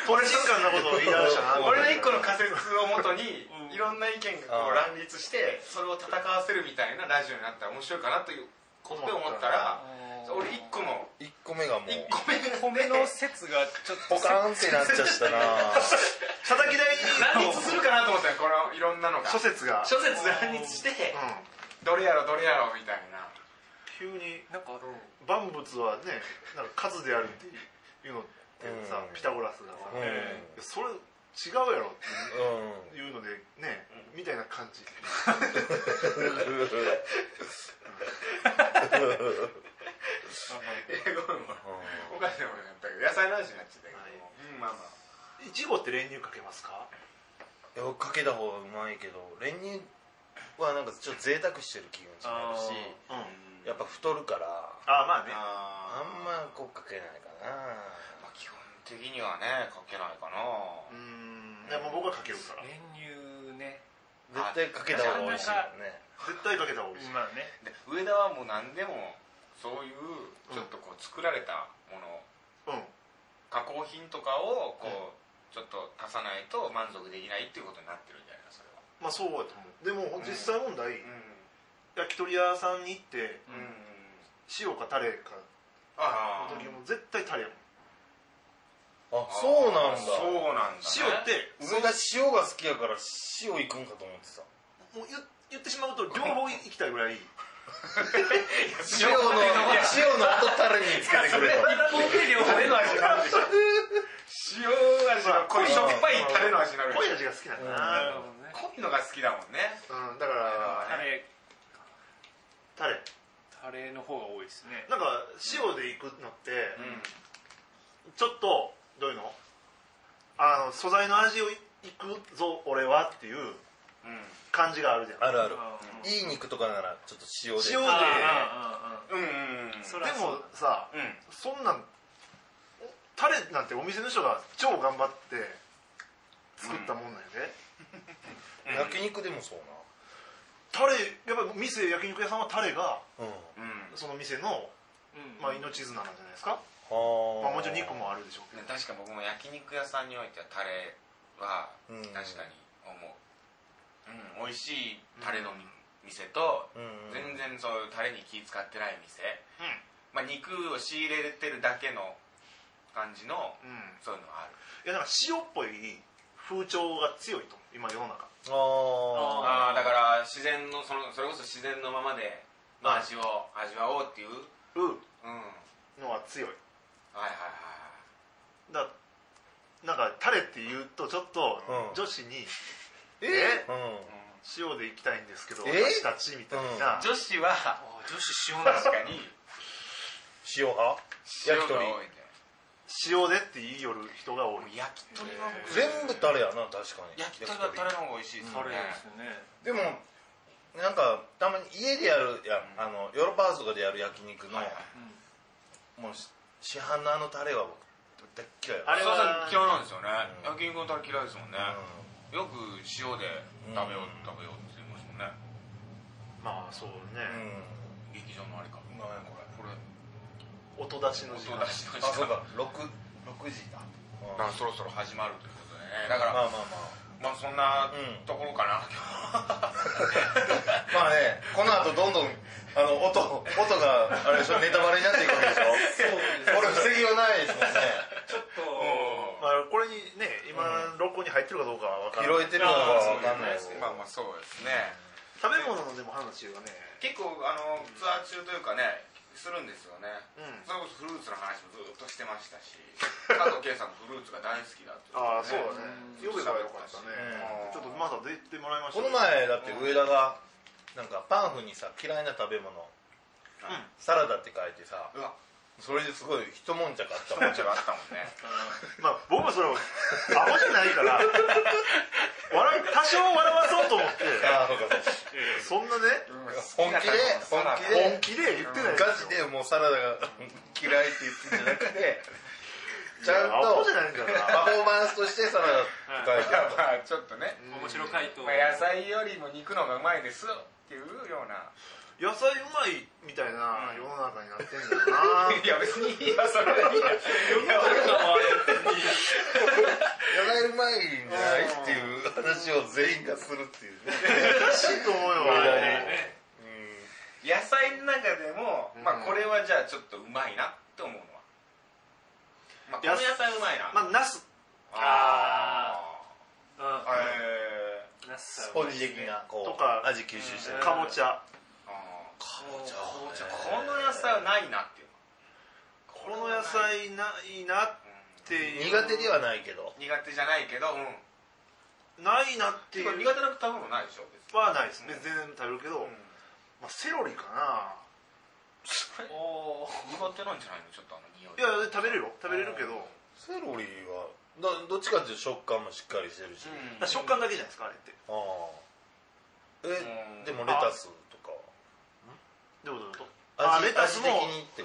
Speaker 5: これ静かなことを言い出したな
Speaker 4: 俺の一個の仮説をもとに
Speaker 6: うん
Speaker 4: いろんな意見がこう乱立してそれを戦わせるみたいなラジオになったら面白いかなということで思ったら俺一個の
Speaker 7: ん1個目がもう
Speaker 4: 一個目で
Speaker 6: 米の説がちょっ
Speaker 7: ポカーンってなっちゃった な
Speaker 5: 叩き台
Speaker 4: 乱
Speaker 5: に
Speaker 4: 立するかなと思ったよこのいろんなのが
Speaker 5: 諸説が、
Speaker 4: 諸説乱立して
Speaker 5: うん、
Speaker 4: どれやろどれやろみたいな
Speaker 5: 急に
Speaker 6: となんか
Speaker 5: 万物はねなんか数であるっていうのってさ、
Speaker 7: うん
Speaker 5: ピタゴラスがさ、
Speaker 7: うん
Speaker 5: いやそれ違うやろっ
Speaker 7: うん
Speaker 5: ていうのでね、みたいな感じ
Speaker 4: えごめんごめんおかしなことになったけど野菜の話になっちゃったけどうんまあまあ
Speaker 5: いちごって練乳かけますか
Speaker 7: いやかけた方がうまいけど練乳はなんかちょっと贅沢してる気持ちになるし
Speaker 5: うん
Speaker 7: やっぱ太るから
Speaker 5: あまあね
Speaker 7: あ
Speaker 4: あ
Speaker 7: んまこうかけないかな
Speaker 4: まあ基本的にはねかけないかな
Speaker 5: うんでも僕はかけるから
Speaker 6: 練乳ね
Speaker 7: 絶対かけた方が美味しいよね
Speaker 5: 絶対かけた方が美味しい、
Speaker 6: まあね
Speaker 4: で上田はもう何でもそういうちょっとこう作られたもの
Speaker 5: うん
Speaker 4: 加工品とかをこうちょっと足さないと満足できないっていうことになってるんじゃないかそれは
Speaker 5: まあそうやと思うでも実際問題、
Speaker 4: う
Speaker 5: 焼き鳥屋さんに行って
Speaker 4: んうん
Speaker 5: 塩かタレか
Speaker 4: あ
Speaker 5: の
Speaker 4: あ
Speaker 5: 時も絶対タレやもん
Speaker 7: あそうなんだ
Speaker 4: そうなんだね
Speaker 5: 塩って
Speaker 7: 上が塩が好きやから塩いくんかと思ってた
Speaker 5: もう言言ってしまうと両方いきたいぐらい
Speaker 7: 塩の塩の後タレにつけてくれ と
Speaker 6: 量が出ない
Speaker 4: 塩味が濃いしょっぱいタレの味になる
Speaker 5: 濃い味が好きなんだな、
Speaker 6: ほどね
Speaker 4: 濃いのが好きだもんね
Speaker 5: うん、だから
Speaker 6: タレ
Speaker 5: タレ
Speaker 6: タレの方が多いですね
Speaker 5: なんか塩でいくのって、
Speaker 4: うん
Speaker 5: ちょっとどういうのあの素材の味をいいくぞ俺はっていう感じがあるじゃん
Speaker 7: あるあ
Speaker 6: う
Speaker 7: る
Speaker 6: ん
Speaker 7: いい肉とかならちょっと塩で
Speaker 5: 塩で
Speaker 6: ああ
Speaker 4: うんうんうん
Speaker 6: そ
Speaker 5: でもさ
Speaker 4: うん
Speaker 5: そんなんタレなんてお店の人が超頑張って作ったもんなんやで、
Speaker 7: 焼肉でもそう
Speaker 5: タレやっぱり店焼肉屋さんはタレが
Speaker 7: なうん
Speaker 4: うん
Speaker 5: その店の、
Speaker 6: うん
Speaker 5: まあ、命綱なんじゃないですか、
Speaker 7: は
Speaker 5: まあ、もちろん肉もあるでしょうけ
Speaker 4: ね
Speaker 5: ど
Speaker 4: 確か僕も焼肉屋さんにおいてはタレは
Speaker 7: うん
Speaker 4: 確かに思う、うん美味しいタレのみ店と、
Speaker 7: うん
Speaker 4: 全然そういうタレに気使ってない店、まあ、肉を仕入れてるだけの感じの
Speaker 5: うん
Speaker 4: そういうのはある
Speaker 5: いやなんか塩っぽい風潮が強いと思う今世の中
Speaker 4: ああ
Speaker 7: ああ
Speaker 4: だから自然のそのそれこそ自然のままでの味を味わおうっていう
Speaker 5: う
Speaker 4: うんはい
Speaker 5: のは強い
Speaker 4: はいはい
Speaker 5: だなんかタレって言うとちょっと
Speaker 7: うん
Speaker 5: 女子に「え
Speaker 7: うん
Speaker 5: 塩で行きたいんですけど
Speaker 7: え
Speaker 5: 私たち」みたいな、
Speaker 4: 女子は
Speaker 6: 女子塩
Speaker 4: 確かに
Speaker 7: 塩派
Speaker 4: 塩
Speaker 7: 焼き
Speaker 4: が
Speaker 7: 鳥
Speaker 4: 多いんだよ
Speaker 5: 塩でって言いよる人が多い
Speaker 4: もう焼き鳥は僕
Speaker 7: 全部タレやな確かに
Speaker 4: 焼き鳥はタレの方が美味しいですよね
Speaker 6: ね
Speaker 7: でもなんかたまに家でやるやんあのヨーロッパハウスとかでやる焼肉の、
Speaker 4: はいはい
Speaker 7: もうし市販のあのタレは僕大っ嫌い
Speaker 5: あれは
Speaker 4: そうそう嫌いなんですよね
Speaker 7: うん
Speaker 4: 焼肉のタレ嫌いですもんね
Speaker 7: う
Speaker 4: よく塩で食べよう食べようって言いますもんね
Speaker 5: まあそう
Speaker 7: うん
Speaker 5: ね、
Speaker 4: 劇場のあれか
Speaker 7: んやこ
Speaker 4: こ
Speaker 7: れ
Speaker 4: れ
Speaker 5: 音出しの時
Speaker 4: 音
Speaker 5: 間
Speaker 4: 出しの
Speaker 7: あ
Speaker 4: 時
Speaker 7: そう
Speaker 4: 間
Speaker 7: か六六時だうん
Speaker 4: まあそろそろ始まるということでねだか
Speaker 7: まあ
Speaker 4: ら
Speaker 7: まあ
Speaker 4: まあそんな
Speaker 7: うん
Speaker 4: ところかな、
Speaker 7: まあまあねこの後どんどんあの音音があれでしょネタバレになっていくわけでしょこれ防ぎようないですもんね
Speaker 6: ちょっと
Speaker 5: まあ、これにね今録音に入ってるかどうかは分からない
Speaker 7: 拾えてるのかわかんないですけど
Speaker 4: まあまあそうですね
Speaker 5: 食べ物のでも話がね
Speaker 4: 結構あのツアー中というかねするんですよね、
Speaker 5: うん
Speaker 4: それこそフルーツの話もずっとしてました し加藤圭さんフルーツが大好きだって、
Speaker 5: ああそうだね
Speaker 4: うん
Speaker 5: 呼べばよかったね
Speaker 4: うん
Speaker 5: ちょっとまだ出てもらいました
Speaker 7: こ
Speaker 5: け
Speaker 7: の
Speaker 5: ど
Speaker 7: 前だって上田がなんかパンフにさ嫌いな食べ物サラダって書いてさ
Speaker 4: うわ
Speaker 7: それですごい一悶着あった
Speaker 4: 気
Speaker 7: もん
Speaker 4: 持ちがあったもん ね
Speaker 5: まあ僕もそれはアホじゃないから笑い多少笑わそうと思って
Speaker 7: あそうか
Speaker 5: そんなね
Speaker 7: 本
Speaker 4: 好
Speaker 7: 気で
Speaker 4: きな
Speaker 7: 本
Speaker 4: 食
Speaker 7: 気
Speaker 4: べ
Speaker 7: で
Speaker 5: 本気で 言ってない
Speaker 7: ガチでもうサラダが嫌いって言ってんじゃなくてちゃん
Speaker 5: アホ
Speaker 7: と
Speaker 5: じゃないんだから
Speaker 7: パフォーマンスとしてサラダって書いてある
Speaker 4: まあちょっとね、
Speaker 6: 面白回答
Speaker 4: まあ、野菜よりも肉の方がうまいですっていうような
Speaker 5: 野菜うまいみたいな世の中になってんだよ な
Speaker 4: いや別にいやそれはいいや
Speaker 7: 野菜うまいんじゃないっていう話を全員がするっていうね
Speaker 5: おかしいと思うよ
Speaker 4: 野菜の中でも、まあこれはじゃあちょっとうまいなって思うのは、まあ、この野菜うまいな、
Speaker 5: まあナス
Speaker 4: あ
Speaker 6: うん
Speaker 4: あえ
Speaker 6: ナス
Speaker 7: スポンジ的な
Speaker 5: と
Speaker 7: こ
Speaker 5: か
Speaker 7: う味吸収してる
Speaker 5: かぼちゃ
Speaker 4: ーあー
Speaker 6: かぼちゃ
Speaker 4: この野菜はないなっていう
Speaker 5: この野菜ないなっていう
Speaker 7: 苦手ではないけど
Speaker 4: 苦手じゃないけどうん
Speaker 5: ないなっ
Speaker 4: て
Speaker 5: てい
Speaker 4: か苦手
Speaker 5: う
Speaker 4: な食べ物ないでしょ別に
Speaker 5: はないですね全然食べるけど、
Speaker 4: ん
Speaker 5: まあ、セロリかな
Speaker 6: おー
Speaker 4: 苦手なんじゃないのちょっとあの匂い
Speaker 5: いや食べれるよ食べれるけど、
Speaker 7: セロリはだどっちかっていうと食感もしっかりしてるし、
Speaker 4: うん
Speaker 5: 食感だけじゃないですかあれって
Speaker 7: ああ
Speaker 4: うん
Speaker 7: えでもレタスとか
Speaker 5: どういうことどういうことあ
Speaker 7: 味
Speaker 5: レタスも
Speaker 7: 味的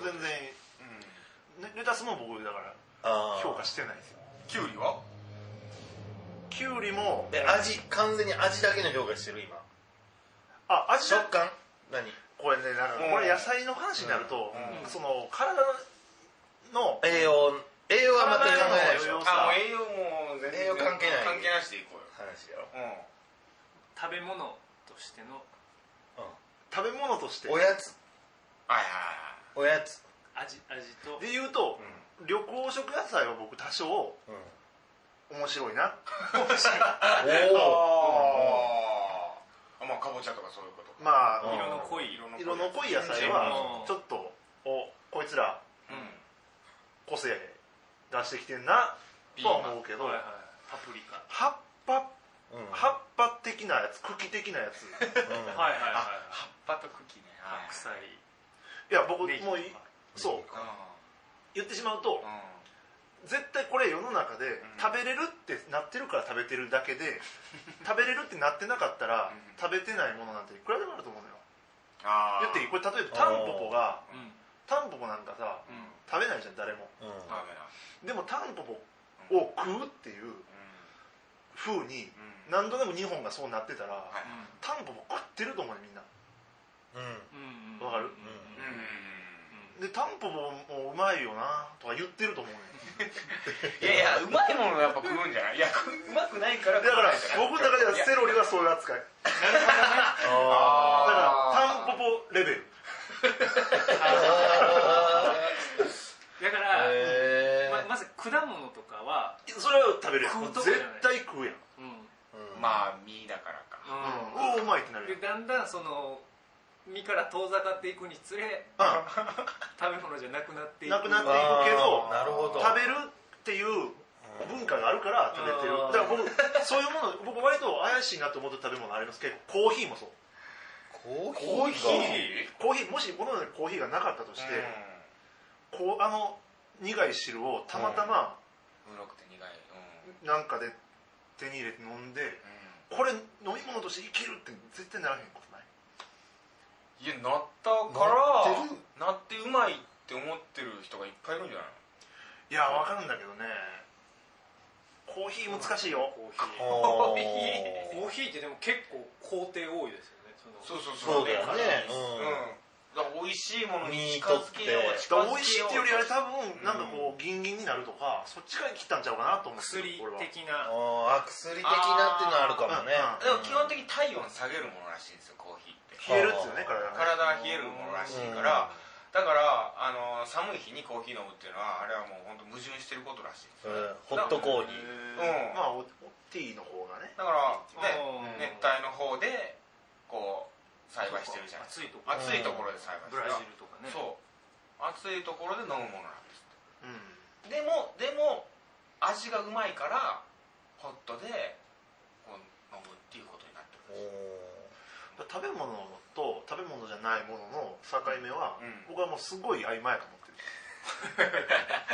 Speaker 5: 全然
Speaker 7: にってこと
Speaker 5: レレタスも僕だから
Speaker 7: ああ
Speaker 5: 評価してないですよ
Speaker 4: きゅうりは
Speaker 5: きゅうりも
Speaker 7: え味完全に味だけの評価してる今
Speaker 5: あ味だ
Speaker 7: 食感何
Speaker 5: これねなん
Speaker 4: う
Speaker 5: か
Speaker 4: ん
Speaker 5: これ野菜の話になると、
Speaker 4: うん
Speaker 5: その体の
Speaker 7: 栄養栄養はまた考えないでし
Speaker 5: 栄
Speaker 7: ょ
Speaker 5: 養
Speaker 4: あも
Speaker 5: さ
Speaker 4: う栄養も全然
Speaker 7: 栄養関係ない
Speaker 4: 関係なしでいこうよ
Speaker 7: 話やろ
Speaker 4: う
Speaker 6: 食べ物としての
Speaker 5: 食べ物として
Speaker 7: おやつ
Speaker 4: んはいは
Speaker 7: おやつ
Speaker 6: 味味と
Speaker 5: で言うと、緑黄色野菜は僕多少
Speaker 7: うん
Speaker 5: 面白い
Speaker 4: いは
Speaker 5: な
Speaker 4: い
Speaker 7: おお
Speaker 4: あーあまあかぼちゃとかそういうこと
Speaker 5: まあ
Speaker 7: うん
Speaker 6: 色の濃い色の
Speaker 5: 色の濃い野菜
Speaker 6: う
Speaker 5: は
Speaker 6: ん
Speaker 5: ちょっとおこいつら
Speaker 4: うん
Speaker 5: 個性出してきてんなとは思うけど、
Speaker 6: はいはいパプリカ
Speaker 5: 葉っぱ
Speaker 7: うん
Speaker 5: 葉っぱ的なやつ茎的なや つ
Speaker 7: うん
Speaker 6: はいはいはい
Speaker 4: 葉っぱと茎ねはい
Speaker 6: 白菜
Speaker 5: いや僕もう
Speaker 6: ネ
Speaker 5: い
Speaker 6: ギとか
Speaker 5: そう言ってしまうと
Speaker 4: うんうん
Speaker 5: 絶対これ世の中で
Speaker 4: ん
Speaker 5: 食べれるってなってるから食べてるだけで 食べれるってなってなかった
Speaker 4: う
Speaker 5: ら
Speaker 4: ん
Speaker 5: 食べてないものなんていくらでもあると思うのよ
Speaker 4: あ
Speaker 5: 言っていいこれ例えばタンポポが
Speaker 6: うん
Speaker 5: タンポポなんかさ
Speaker 6: うん
Speaker 5: 食べないじゃん誰も
Speaker 7: うん
Speaker 4: ダメだ
Speaker 5: でもタンポポを食うっていう風に
Speaker 4: うん
Speaker 5: 何度でも日本がそうなってたら
Speaker 4: はい
Speaker 5: タンポポ食ってると思うねみんな
Speaker 7: うん
Speaker 6: うんうん
Speaker 5: わかる
Speaker 4: うんうん
Speaker 5: でタンポポもうまいよなとか言ってると 思うね
Speaker 4: いやいやうまいものやっぱ食うんじゃないいや食ううまくないから
Speaker 5: だから僕の中ではセロリはそういう扱いだ
Speaker 7: あ
Speaker 5: からタンポポレベル
Speaker 6: だか
Speaker 7: ー
Speaker 6: ら
Speaker 7: へ
Speaker 6: ま
Speaker 7: ー
Speaker 6: まず果物とかは
Speaker 5: それは食べれる
Speaker 6: 食うとこじゃ
Speaker 5: 絶
Speaker 6: ない
Speaker 5: 対食うやん
Speaker 6: うん
Speaker 7: うん
Speaker 4: まあ実だからか
Speaker 6: う
Speaker 5: うん、うまいってな
Speaker 6: ん
Speaker 5: るや
Speaker 6: で
Speaker 5: ん
Speaker 6: だんだんその身から遠ざかっていくにつれ食べ物じゃなくなっていく
Speaker 5: なくなっていくけど
Speaker 7: なるほど
Speaker 5: 食べるっていう文化があるから食べてる
Speaker 6: うん
Speaker 5: だから僕そういうもの僕割と怪しいなと思って食べ物ありますけどコーヒーもそう
Speaker 7: コーヒー
Speaker 4: コーヒー
Speaker 5: コーヒ
Speaker 7: ー
Speaker 5: ーもしこの世にコーヒーがなかったとして、こうあの苦い汁をたまたま
Speaker 4: うん黒くて苦いうん
Speaker 5: なんかで手に入れて飲んで
Speaker 4: う
Speaker 5: これ飲み物としていけるって絶対ならへんことない
Speaker 4: んいやなったからなっ
Speaker 7: なって
Speaker 4: てうまいって思ってる人がいっぱいいるんじゃない
Speaker 5: いやわかるんだけどねコーヒー難しいよ
Speaker 6: コーヒーコ
Speaker 7: コーヒ
Speaker 6: ーヒーってでも結構工程多いですよねその
Speaker 4: そうそう
Speaker 7: そうだよね
Speaker 4: うん
Speaker 7: うん
Speaker 4: だから美味しいものに近づけよう
Speaker 5: だ
Speaker 4: 近
Speaker 5: か
Speaker 4: づけよ
Speaker 5: ら
Speaker 4: う
Speaker 5: 美味しいっていうよりあれ多分なんかこうギンギンになるとかそっちから切ったんちゃうかなと思って
Speaker 6: 薬
Speaker 5: る俺は
Speaker 6: 的な
Speaker 7: あーあ薬的なっていうのはあるかもね
Speaker 5: あ
Speaker 4: でも基本的に体温下げるものらしいんですよコーヒーって
Speaker 5: 冷えるっすよね体が
Speaker 4: 体が冷
Speaker 5: ね
Speaker 4: えるものらしいからだからあの寒い日にコーヒー飲むっていうのはあれはもう本当矛盾してることらしいです
Speaker 7: うんうんホットコーヒ
Speaker 4: うん
Speaker 7: ー
Speaker 5: まあおおティーの方がね
Speaker 4: だから
Speaker 6: うん
Speaker 4: ね熱帯の方でこう栽培してるじゃないです
Speaker 6: 暑いとか
Speaker 4: か暑いところで栽培
Speaker 6: ブ
Speaker 4: して
Speaker 6: ラ
Speaker 4: る
Speaker 6: ジルとかね
Speaker 4: そう暑いところで飲むものなんです
Speaker 5: うん
Speaker 4: でもでも味がうまいからホットでこう飲むっていうことになってる
Speaker 5: 食べ物と食べ物じゃないものの境目は、
Speaker 4: うん
Speaker 5: 僕はもうすごい曖昧やと思ってる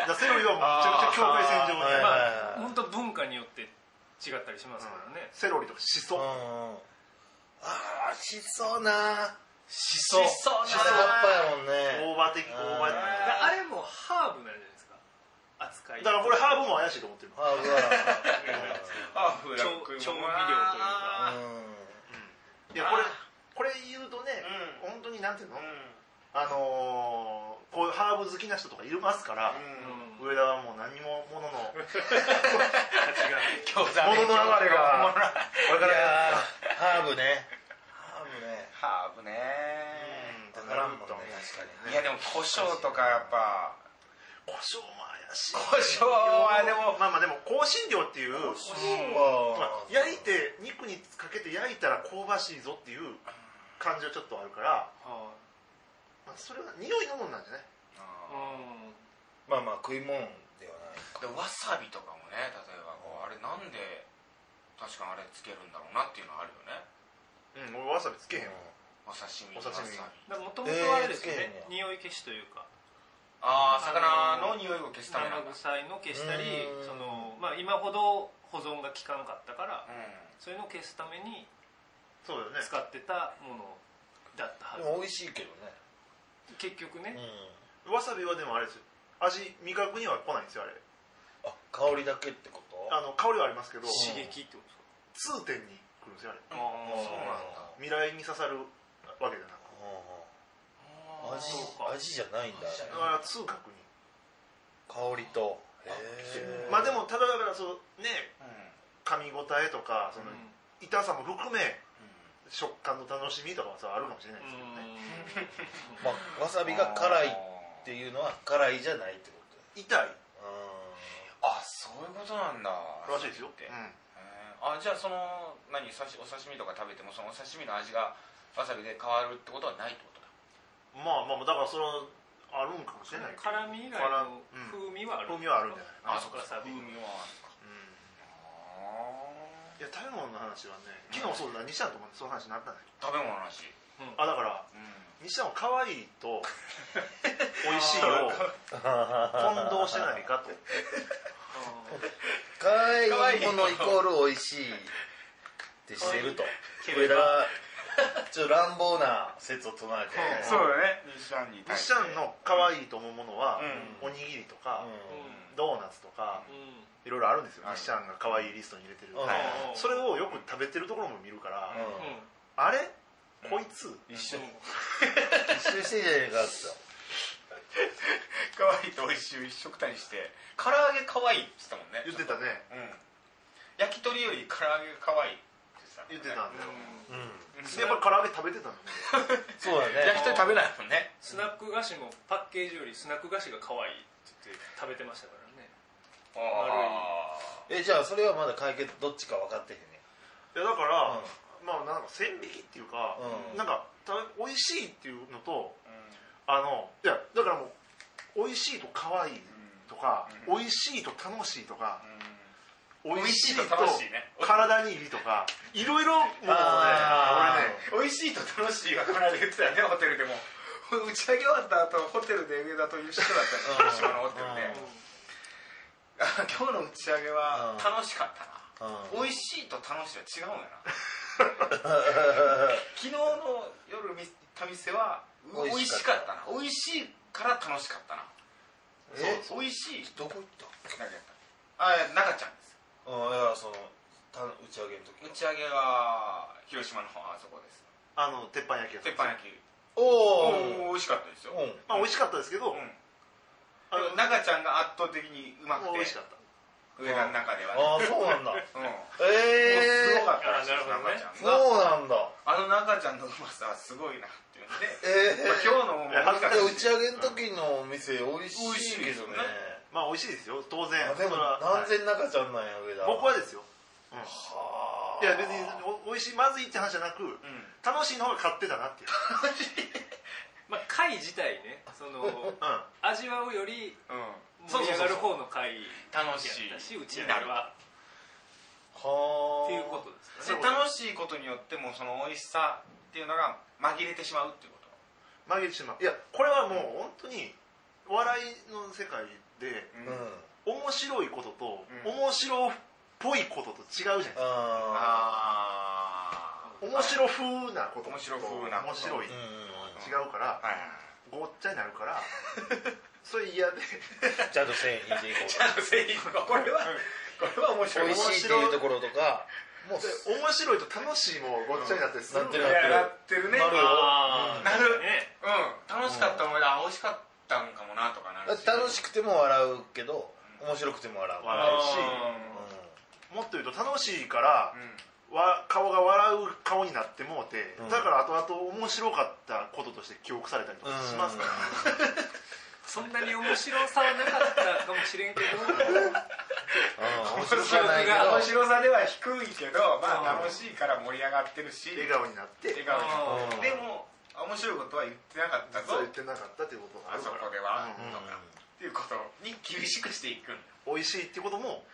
Speaker 5: だからセロリはもうめちゃくちゃ境界線上
Speaker 7: あー
Speaker 6: 本
Speaker 5: で、まあ
Speaker 7: はいはいはい
Speaker 6: 当文化によって違ったりしますからね
Speaker 5: セロリとかシソ、
Speaker 7: うんああしそうな
Speaker 6: し
Speaker 7: しそう
Speaker 4: しそうな
Speaker 7: しそう葉っぱやもんね
Speaker 5: 大葉的
Speaker 7: うん
Speaker 6: だ
Speaker 5: 大葉だ
Speaker 6: からあれもハーブなんじゃないですか扱い
Speaker 5: からこれハーブも怪しいと思ってる
Speaker 7: ハーブは
Speaker 4: あフ
Speaker 6: ラックもなあ
Speaker 5: いやこれこれ言うとね、本当になんていうの、あのー、こういうハーブ好きな人とかいますから、
Speaker 6: うん
Speaker 5: 上田はもう何もも のの
Speaker 4: 今日
Speaker 5: 物の流れが
Speaker 7: だからハーブねハーブね
Speaker 4: ハーブね
Speaker 5: うんだから
Speaker 7: わからんもんね
Speaker 4: いやでも胡椒とかやっぱ
Speaker 5: 胡椒も怪しい
Speaker 4: 胡椒はでも
Speaker 5: まあまあでも香辛料っていうまあ
Speaker 7: は
Speaker 5: 焼いて肉にかけて焼いたら香ばしいぞっていう感じはちょっとあるから、
Speaker 6: は
Speaker 5: まあ、それは匂いのもんなんじゃない
Speaker 6: い
Speaker 4: あ
Speaker 6: うん
Speaker 7: まあまあ食い物ではない
Speaker 4: ーでわさびとかもね例えばこうあれなんで確かにあれつけるんだろうなっていうのはあるよね
Speaker 5: うん俺わさびつけへんわ
Speaker 4: お刺身に
Speaker 5: お刺身
Speaker 4: わさび
Speaker 6: だからもともとはあれですよね
Speaker 7: えーつけへん
Speaker 6: 匂い消しというか
Speaker 4: ああ魚の匂いを消すためな
Speaker 6: 生
Speaker 4: んだうん
Speaker 6: 臭いの消したり
Speaker 7: うん
Speaker 6: そのまあ今ほど保存が効かなかったからそういうのを消すために
Speaker 5: そうだよね
Speaker 6: 使ってたものだったは
Speaker 7: で
Speaker 6: ず
Speaker 7: も美味しいけどね
Speaker 6: 結局ね
Speaker 5: わさびはでもあれですよ味味覚には来ないんですよあれ
Speaker 7: あ香りだけってこと
Speaker 5: あの香りはありますけど
Speaker 6: 刺
Speaker 5: 痛
Speaker 6: 激ってことですか
Speaker 5: 点に来るんですよあれ
Speaker 6: あ
Speaker 4: そうなんだ
Speaker 5: 未来に刺さるわけじゃなく
Speaker 7: うん味
Speaker 6: そうか
Speaker 7: 味じゃないんだ
Speaker 5: だから痛覚に
Speaker 7: 香りと
Speaker 5: まあでもただだからそのね
Speaker 4: うん
Speaker 5: 噛み応えとかその
Speaker 6: うん
Speaker 5: 痛さも含め食感の楽しみとかはさあるかもしれない ですけどね
Speaker 7: まあわさびが辛いっていうのは辛いじゃないってこ
Speaker 5: 痛い
Speaker 7: とう
Speaker 4: あそういうことなんだ
Speaker 5: らしいですよ、
Speaker 4: って
Speaker 5: う
Speaker 4: へ
Speaker 5: ん
Speaker 4: ーあじゃあその何刺しお刺身とか食べてもそのお刺身の味がわさびで変わるってことはないってことだ
Speaker 5: まあまあだからそれはあるんかもしれないけど
Speaker 6: 辛み以外の風味はある
Speaker 5: 風味はあるんじゃない
Speaker 4: あそっか
Speaker 6: わさび
Speaker 4: 風味はあるのか
Speaker 5: う
Speaker 4: あ
Speaker 5: んいや食べ物の話はね昨日そうだ西ちゃんともその話になったんだけ
Speaker 4: 食べ物の話
Speaker 5: どあだから
Speaker 4: う
Speaker 5: 西ちゃんは可愛い と美味しい を混同してないかと
Speaker 7: 可愛いものイコール美味しいってしてると上田はちょっと乱暴な説を唱えて
Speaker 4: んそうだね西さんに対し
Speaker 5: 西
Speaker 4: て
Speaker 5: ちゃんの可愛いと思うものは
Speaker 4: う
Speaker 5: おにぎりとか
Speaker 6: う
Speaker 5: ドーナツとか
Speaker 6: んうん
Speaker 5: いろいろあるんですよ
Speaker 4: はい
Speaker 5: 西ちゃんが可愛いリストに入れてる
Speaker 7: うん
Speaker 5: それをよく食べてるところも見るから
Speaker 7: うん
Speaker 6: うん
Speaker 5: あれこいつ
Speaker 7: 一緒一緒してんじゃねえかっつっ
Speaker 4: 可愛いと美味しいを一緒くたにして唐揚げ可愛いって言ってたもんね
Speaker 5: 言ってたね
Speaker 4: うん焼き鳥より唐揚げが可愛いって言
Speaker 5: 言っ
Speaker 4: ってて
Speaker 5: た
Speaker 4: た
Speaker 5: ん
Speaker 4: もん
Speaker 5: だよや
Speaker 7: たうん
Speaker 5: っぱり唐揚げ食べてたのね
Speaker 7: そうだね
Speaker 4: 焼き鳥食べないもんね
Speaker 6: スナック菓子もパッケージよりスナック菓子が可愛いって言って食べてましたからね
Speaker 4: あ
Speaker 7: えじゃあそれはまだ解決どっちか分かってへんね
Speaker 5: いやだから
Speaker 7: うん
Speaker 5: まあなんか線引きっていうか
Speaker 7: うん
Speaker 5: なんか食べ美味しいっていうのと
Speaker 4: あ
Speaker 5: あのいやだからもう美味しいと可愛いとか、
Speaker 4: う
Speaker 5: 美味しいと楽しいとか、
Speaker 4: ん
Speaker 5: 美味しいと
Speaker 4: 美味しいと楽しいね
Speaker 5: 体にいいとかいろいろもうね
Speaker 7: あー
Speaker 5: 俺ね
Speaker 4: 美味しいと楽しいが必ず言ってたよねホテルでも打ち上げ終わった後ホテルで上田と一緒だったの広島のホテルであ 今日の打ち上げは
Speaker 7: うん
Speaker 4: 楽しかったな
Speaker 7: うん
Speaker 4: 美味しいと楽しいは違うんやな昨日の夜行った店は
Speaker 7: 美
Speaker 4: 美
Speaker 7: 味
Speaker 4: 味
Speaker 7: し
Speaker 4: し
Speaker 7: か
Speaker 4: か
Speaker 7: っ
Speaker 4: ったな美味しいから楽しかったな
Speaker 7: え
Speaker 4: そう美味しい
Speaker 7: どこ行った
Speaker 4: なんかやったあいや中ちゃんです
Speaker 7: うんいやそのた打ち上げの
Speaker 4: 打
Speaker 7: 時
Speaker 4: ち上げは広島の方あそこです
Speaker 5: あの鉄板焼き屋さん
Speaker 4: 鉄板焼き
Speaker 7: お
Speaker 4: おお
Speaker 7: お
Speaker 4: 美味しかったですよ
Speaker 7: うん
Speaker 5: まあ美味しかったですけど、
Speaker 4: うん
Speaker 5: あの
Speaker 4: でも中ちゃんが圧倒的にうまく
Speaker 5: 美
Speaker 4: て
Speaker 5: 味しかった
Speaker 4: 上田の中ではね
Speaker 7: ああそうなんだ
Speaker 4: うん
Speaker 7: ええ
Speaker 4: すごかったらしいです
Speaker 6: あなるほどね
Speaker 4: 中ち
Speaker 7: そ
Speaker 4: ゃんが
Speaker 7: うなんだ
Speaker 4: あの中ちゃんのうまさはすごいなっていうんで
Speaker 7: ええ
Speaker 4: まあ今日のも
Speaker 5: や
Speaker 4: 美味しかった
Speaker 7: 打ち上げの時のお店美味しいけどね
Speaker 5: まあ美味しいですよ当然
Speaker 7: あでも
Speaker 5: それは
Speaker 7: 何千中ちゃんなんや上田
Speaker 5: はい僕はですよ、うん
Speaker 7: はあ
Speaker 5: いや別にお美味しいまずいって話じゃなく、
Speaker 4: うん
Speaker 5: 楽しいの方が勝ってたなっていう、
Speaker 6: まあ貝自体ねそ の
Speaker 5: うん、
Speaker 6: 味わうより
Speaker 4: うん
Speaker 6: 盛り上がる方の貝
Speaker 4: 楽しい
Speaker 6: やったし打ち上げは
Speaker 7: はあ
Speaker 6: っていうことです
Speaker 4: で
Speaker 6: かね
Speaker 4: 楽しいことによってもその美味しさっていうのが紛れてしまうっていうこと
Speaker 5: 曲げてしまういやこれはもう本当にお笑いの世界で
Speaker 7: うん
Speaker 5: 面白いことと、
Speaker 4: うん
Speaker 5: 面白っぽいことと違うじゃない
Speaker 7: あ
Speaker 4: あ
Speaker 7: あ
Speaker 4: あ
Speaker 5: 面白風なことと
Speaker 4: 面白風なこと
Speaker 5: 面白い、
Speaker 7: うん
Speaker 5: 違うか
Speaker 4: は
Speaker 5: ら、
Speaker 4: いはい
Speaker 5: ごっちゃになるから それ嫌で
Speaker 7: ちゃんと線引いていこう
Speaker 4: あの製品はこれはこれは面白い
Speaker 7: 美味しいっていうところとかもう
Speaker 5: で面白いと楽しいもごっちゃになってする
Speaker 7: なってる
Speaker 4: いやなってるね
Speaker 7: なるよ
Speaker 4: あーなる
Speaker 6: ね
Speaker 4: うん楽しかった思い出あ美味しかったんかもなとかなる
Speaker 7: 楽しくても笑うけど面白くても笑う
Speaker 5: 笑うし
Speaker 7: うん
Speaker 5: もっと言うと楽しいから
Speaker 4: う、ん
Speaker 5: わ顔が笑う顔になってもうて、
Speaker 7: うん
Speaker 5: だから後々面白かったこととして記憶されたりとかしますから、
Speaker 6: そんなに面白さはなかったかもし れんけど
Speaker 7: うん面白くはないけど
Speaker 4: 面白さでは低いけどま
Speaker 6: う
Speaker 4: あ
Speaker 6: ん
Speaker 4: 楽しいから盛り上がってるし
Speaker 5: 笑顔になって
Speaker 4: 笑顔
Speaker 7: う
Speaker 4: で
Speaker 7: ん
Speaker 4: でも面白いことは言ってなかった
Speaker 5: 実
Speaker 4: ぞ
Speaker 5: は言ってなかったということがあ
Speaker 4: あ
Speaker 5: る
Speaker 4: そ
Speaker 5: か
Speaker 4: こで
Speaker 5: ら
Speaker 4: は
Speaker 5: うん
Speaker 4: とかっていうことに厳しくしていくんだ
Speaker 5: 美味しいってこと も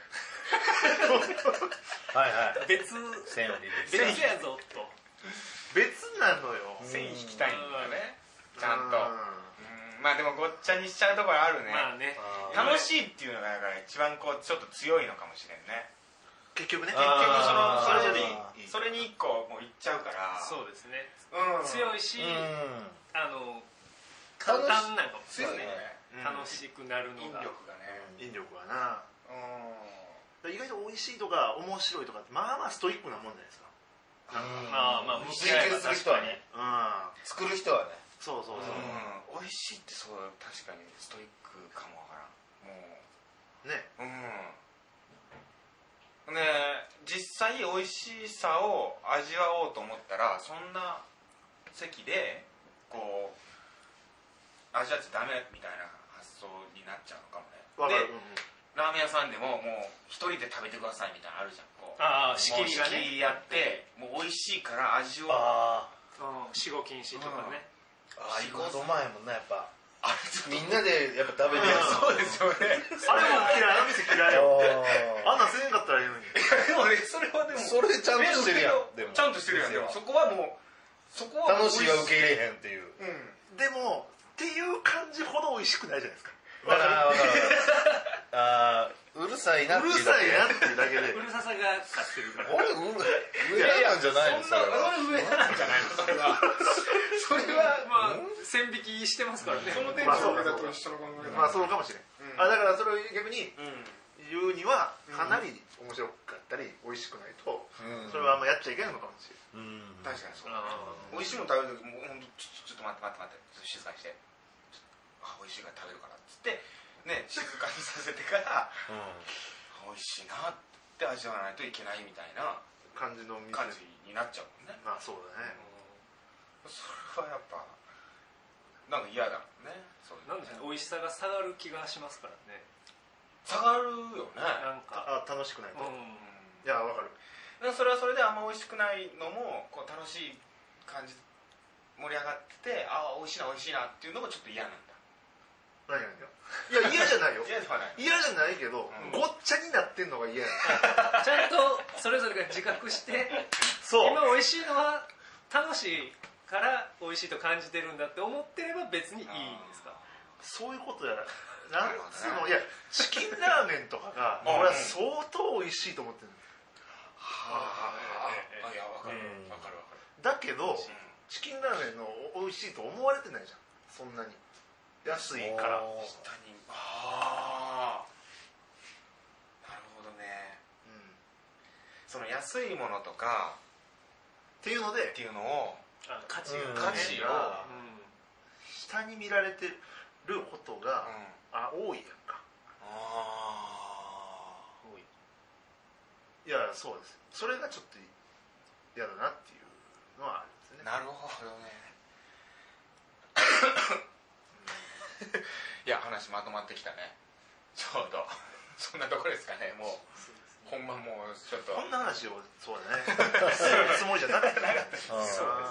Speaker 7: はいはい
Speaker 6: 別
Speaker 7: 線を引いて
Speaker 6: 別やぞと
Speaker 5: 別なのよ
Speaker 4: 線引きたいんだよねちゃんと
Speaker 5: う
Speaker 4: うんまあでもごっちゃにしちゃうところあるね
Speaker 6: まあね
Speaker 7: あ
Speaker 4: 楽しいっていうのがだから一番こうちょっと強いのかもしれんね
Speaker 5: ん結局ね
Speaker 7: あー
Speaker 4: 結局その
Speaker 7: あ
Speaker 4: そ
Speaker 7: ー
Speaker 4: れにそれに一個もういっちゃうから
Speaker 6: そうですね
Speaker 4: うん
Speaker 6: 強いし
Speaker 7: ーうん
Speaker 6: あの簡単なんかもしれ
Speaker 4: 強
Speaker 6: ないい
Speaker 4: ね
Speaker 5: う
Speaker 6: 楽
Speaker 5: ん
Speaker 6: しくなる
Speaker 4: 引
Speaker 6: の
Speaker 4: 力
Speaker 6: が
Speaker 4: がね
Speaker 5: 引力はな
Speaker 4: う
Speaker 5: 意外と美味しいとか面白いとかってまあまあストイックなもんじゃないですか
Speaker 6: まあまあ
Speaker 7: うん
Speaker 6: 向
Speaker 7: 追
Speaker 6: き合え
Speaker 7: 求
Speaker 6: ば
Speaker 7: する人はね
Speaker 5: うん
Speaker 7: 作る人はね
Speaker 5: そうそうそう、
Speaker 4: ん美味しいってそう確かにストイックかもわからんもう
Speaker 5: ね
Speaker 4: うんねえ実際美味しさを味わおうと思ったらそんな席でこう味わっちゃダメみたいな発想になっちゃうのかも
Speaker 5: わ
Speaker 4: ね
Speaker 5: かる、
Speaker 4: でラーメン屋さんでももう一人で食べてくださいみたいなのあるじゃんこう
Speaker 6: ああ仕切りが
Speaker 4: もう仕切
Speaker 6: ね
Speaker 4: りやってもう美味しいから味を
Speaker 7: あ
Speaker 6: うん死後禁止とかね
Speaker 7: ーあー行こうと前もんなやっぱみんなでやっぱ食べてる
Speaker 4: そうですよね
Speaker 5: あれも嫌いあの店嫌 いよあんなんせえんかったらいいのに
Speaker 4: でもねそれはでも
Speaker 7: それちゃんとしてるやんでも
Speaker 4: ちゃんとしてるやんでもそこはもうそこは
Speaker 7: 楽しいは受け入れへんっていう
Speaker 5: うんでもっていう感じほど美味しくないじゃないですか
Speaker 7: だから分かる分かるあーうるさいな
Speaker 5: う
Speaker 7: って
Speaker 5: る
Speaker 7: いう
Speaker 5: さ
Speaker 7: だ
Speaker 5: い
Speaker 7: け
Speaker 5: なっていうだけで
Speaker 6: うるささが勝ってるから
Speaker 7: 俺うる上なんじゃないのそれは
Speaker 4: 上なんじゃないのそれは それは
Speaker 6: まあ線引きしてますからね
Speaker 4: その点
Speaker 5: まあ
Speaker 4: 上
Speaker 5: そう
Speaker 4: 俺
Speaker 5: か
Speaker 4: だと一緒の考え
Speaker 5: まあ
Speaker 4: だ
Speaker 5: そうかもしれん、
Speaker 4: うん
Speaker 5: あだからそれを逆に
Speaker 4: うん
Speaker 5: 言うにはかなり面白かったり美味しくないと、
Speaker 7: うん
Speaker 5: それはあんまやっちゃいけないのかもしれ
Speaker 7: うん
Speaker 4: 確かにそう
Speaker 6: あ
Speaker 4: 美味しいもの食べる時もうほんとちょちょっと待って待って待って静かにしてちょっとあ美味しいから食べるからっつって ね静かにさせてから美味しいなって味わわないといけないみたいな
Speaker 5: ない感じの店
Speaker 4: 感じになっちゃうもんね
Speaker 5: まあそうだね
Speaker 4: それはやっぱなんか嫌だもんねそう
Speaker 6: ーなんでしょうね美味しさが下がる気がしますからね
Speaker 4: 下がるよね
Speaker 6: なんか
Speaker 5: あ楽しくないと、
Speaker 6: う
Speaker 5: い
Speaker 6: ん
Speaker 5: やわかる
Speaker 4: だからそれはそれであんま美味しくないのもこう楽しい感じ盛り上がっててああ美味しいな美味しいなっていうのもちょっと嫌なんだ
Speaker 5: 何がいや 嫌じゃないよ
Speaker 4: 嫌ではない
Speaker 5: 嫌じゃないけど、
Speaker 4: うん
Speaker 5: ごっちゃになってんのが嫌や
Speaker 6: ちゃんとそれぞれが自覚して
Speaker 5: そ
Speaker 6: 今美味しいのは楽しいから美味しいと感じてるんだって思ってれば別にいいんですか
Speaker 5: そういうことやなんつうの、
Speaker 4: なるほどね
Speaker 5: いやチキンラーメンとかが
Speaker 4: うん
Speaker 5: 俺は相当美味しいと思ってる
Speaker 4: あああいや分かる
Speaker 7: うん
Speaker 4: 分かる分かる
Speaker 5: だけ
Speaker 4: う
Speaker 5: ど
Speaker 4: ん
Speaker 5: チキンラーメンの美味しいと思われてないじゃんそんなに安いから
Speaker 7: おー
Speaker 4: 他人ああなるほどね
Speaker 5: うんっ
Speaker 4: その安いものとか
Speaker 5: ていうの
Speaker 4: っ
Speaker 5: で
Speaker 4: ていうのを
Speaker 6: あ価値
Speaker 7: うん
Speaker 6: が
Speaker 4: 価値を、
Speaker 5: が
Speaker 6: うん
Speaker 5: 下に見られてることが、
Speaker 4: うん
Speaker 5: あ多いやんか
Speaker 4: あ
Speaker 6: 多い
Speaker 5: いやそうですそれがちょっと嫌だなっていうのはあるんです
Speaker 4: あ
Speaker 5: ね
Speaker 4: なるほどね いや話まとまってきたねちょうどそんなところですかねもう本番もうちょっと
Speaker 5: こんな話をそうだね するつもりじゃなかったな
Speaker 7: そう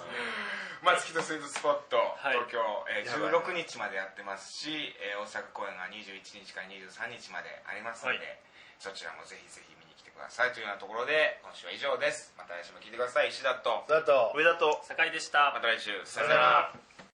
Speaker 4: まあ、月とスイートスポット、
Speaker 6: はい
Speaker 4: 東京、えー
Speaker 5: やばい
Speaker 4: 16日までやってますし、えー大阪公演が21日から23日までありますので、
Speaker 6: は
Speaker 4: そちらもぜひぜひ見に来てくださいというようなところで今週は以上ですまた来週も聞いてください石田と
Speaker 7: だと
Speaker 5: 上田と
Speaker 6: 酒井でした
Speaker 4: また来週さよなら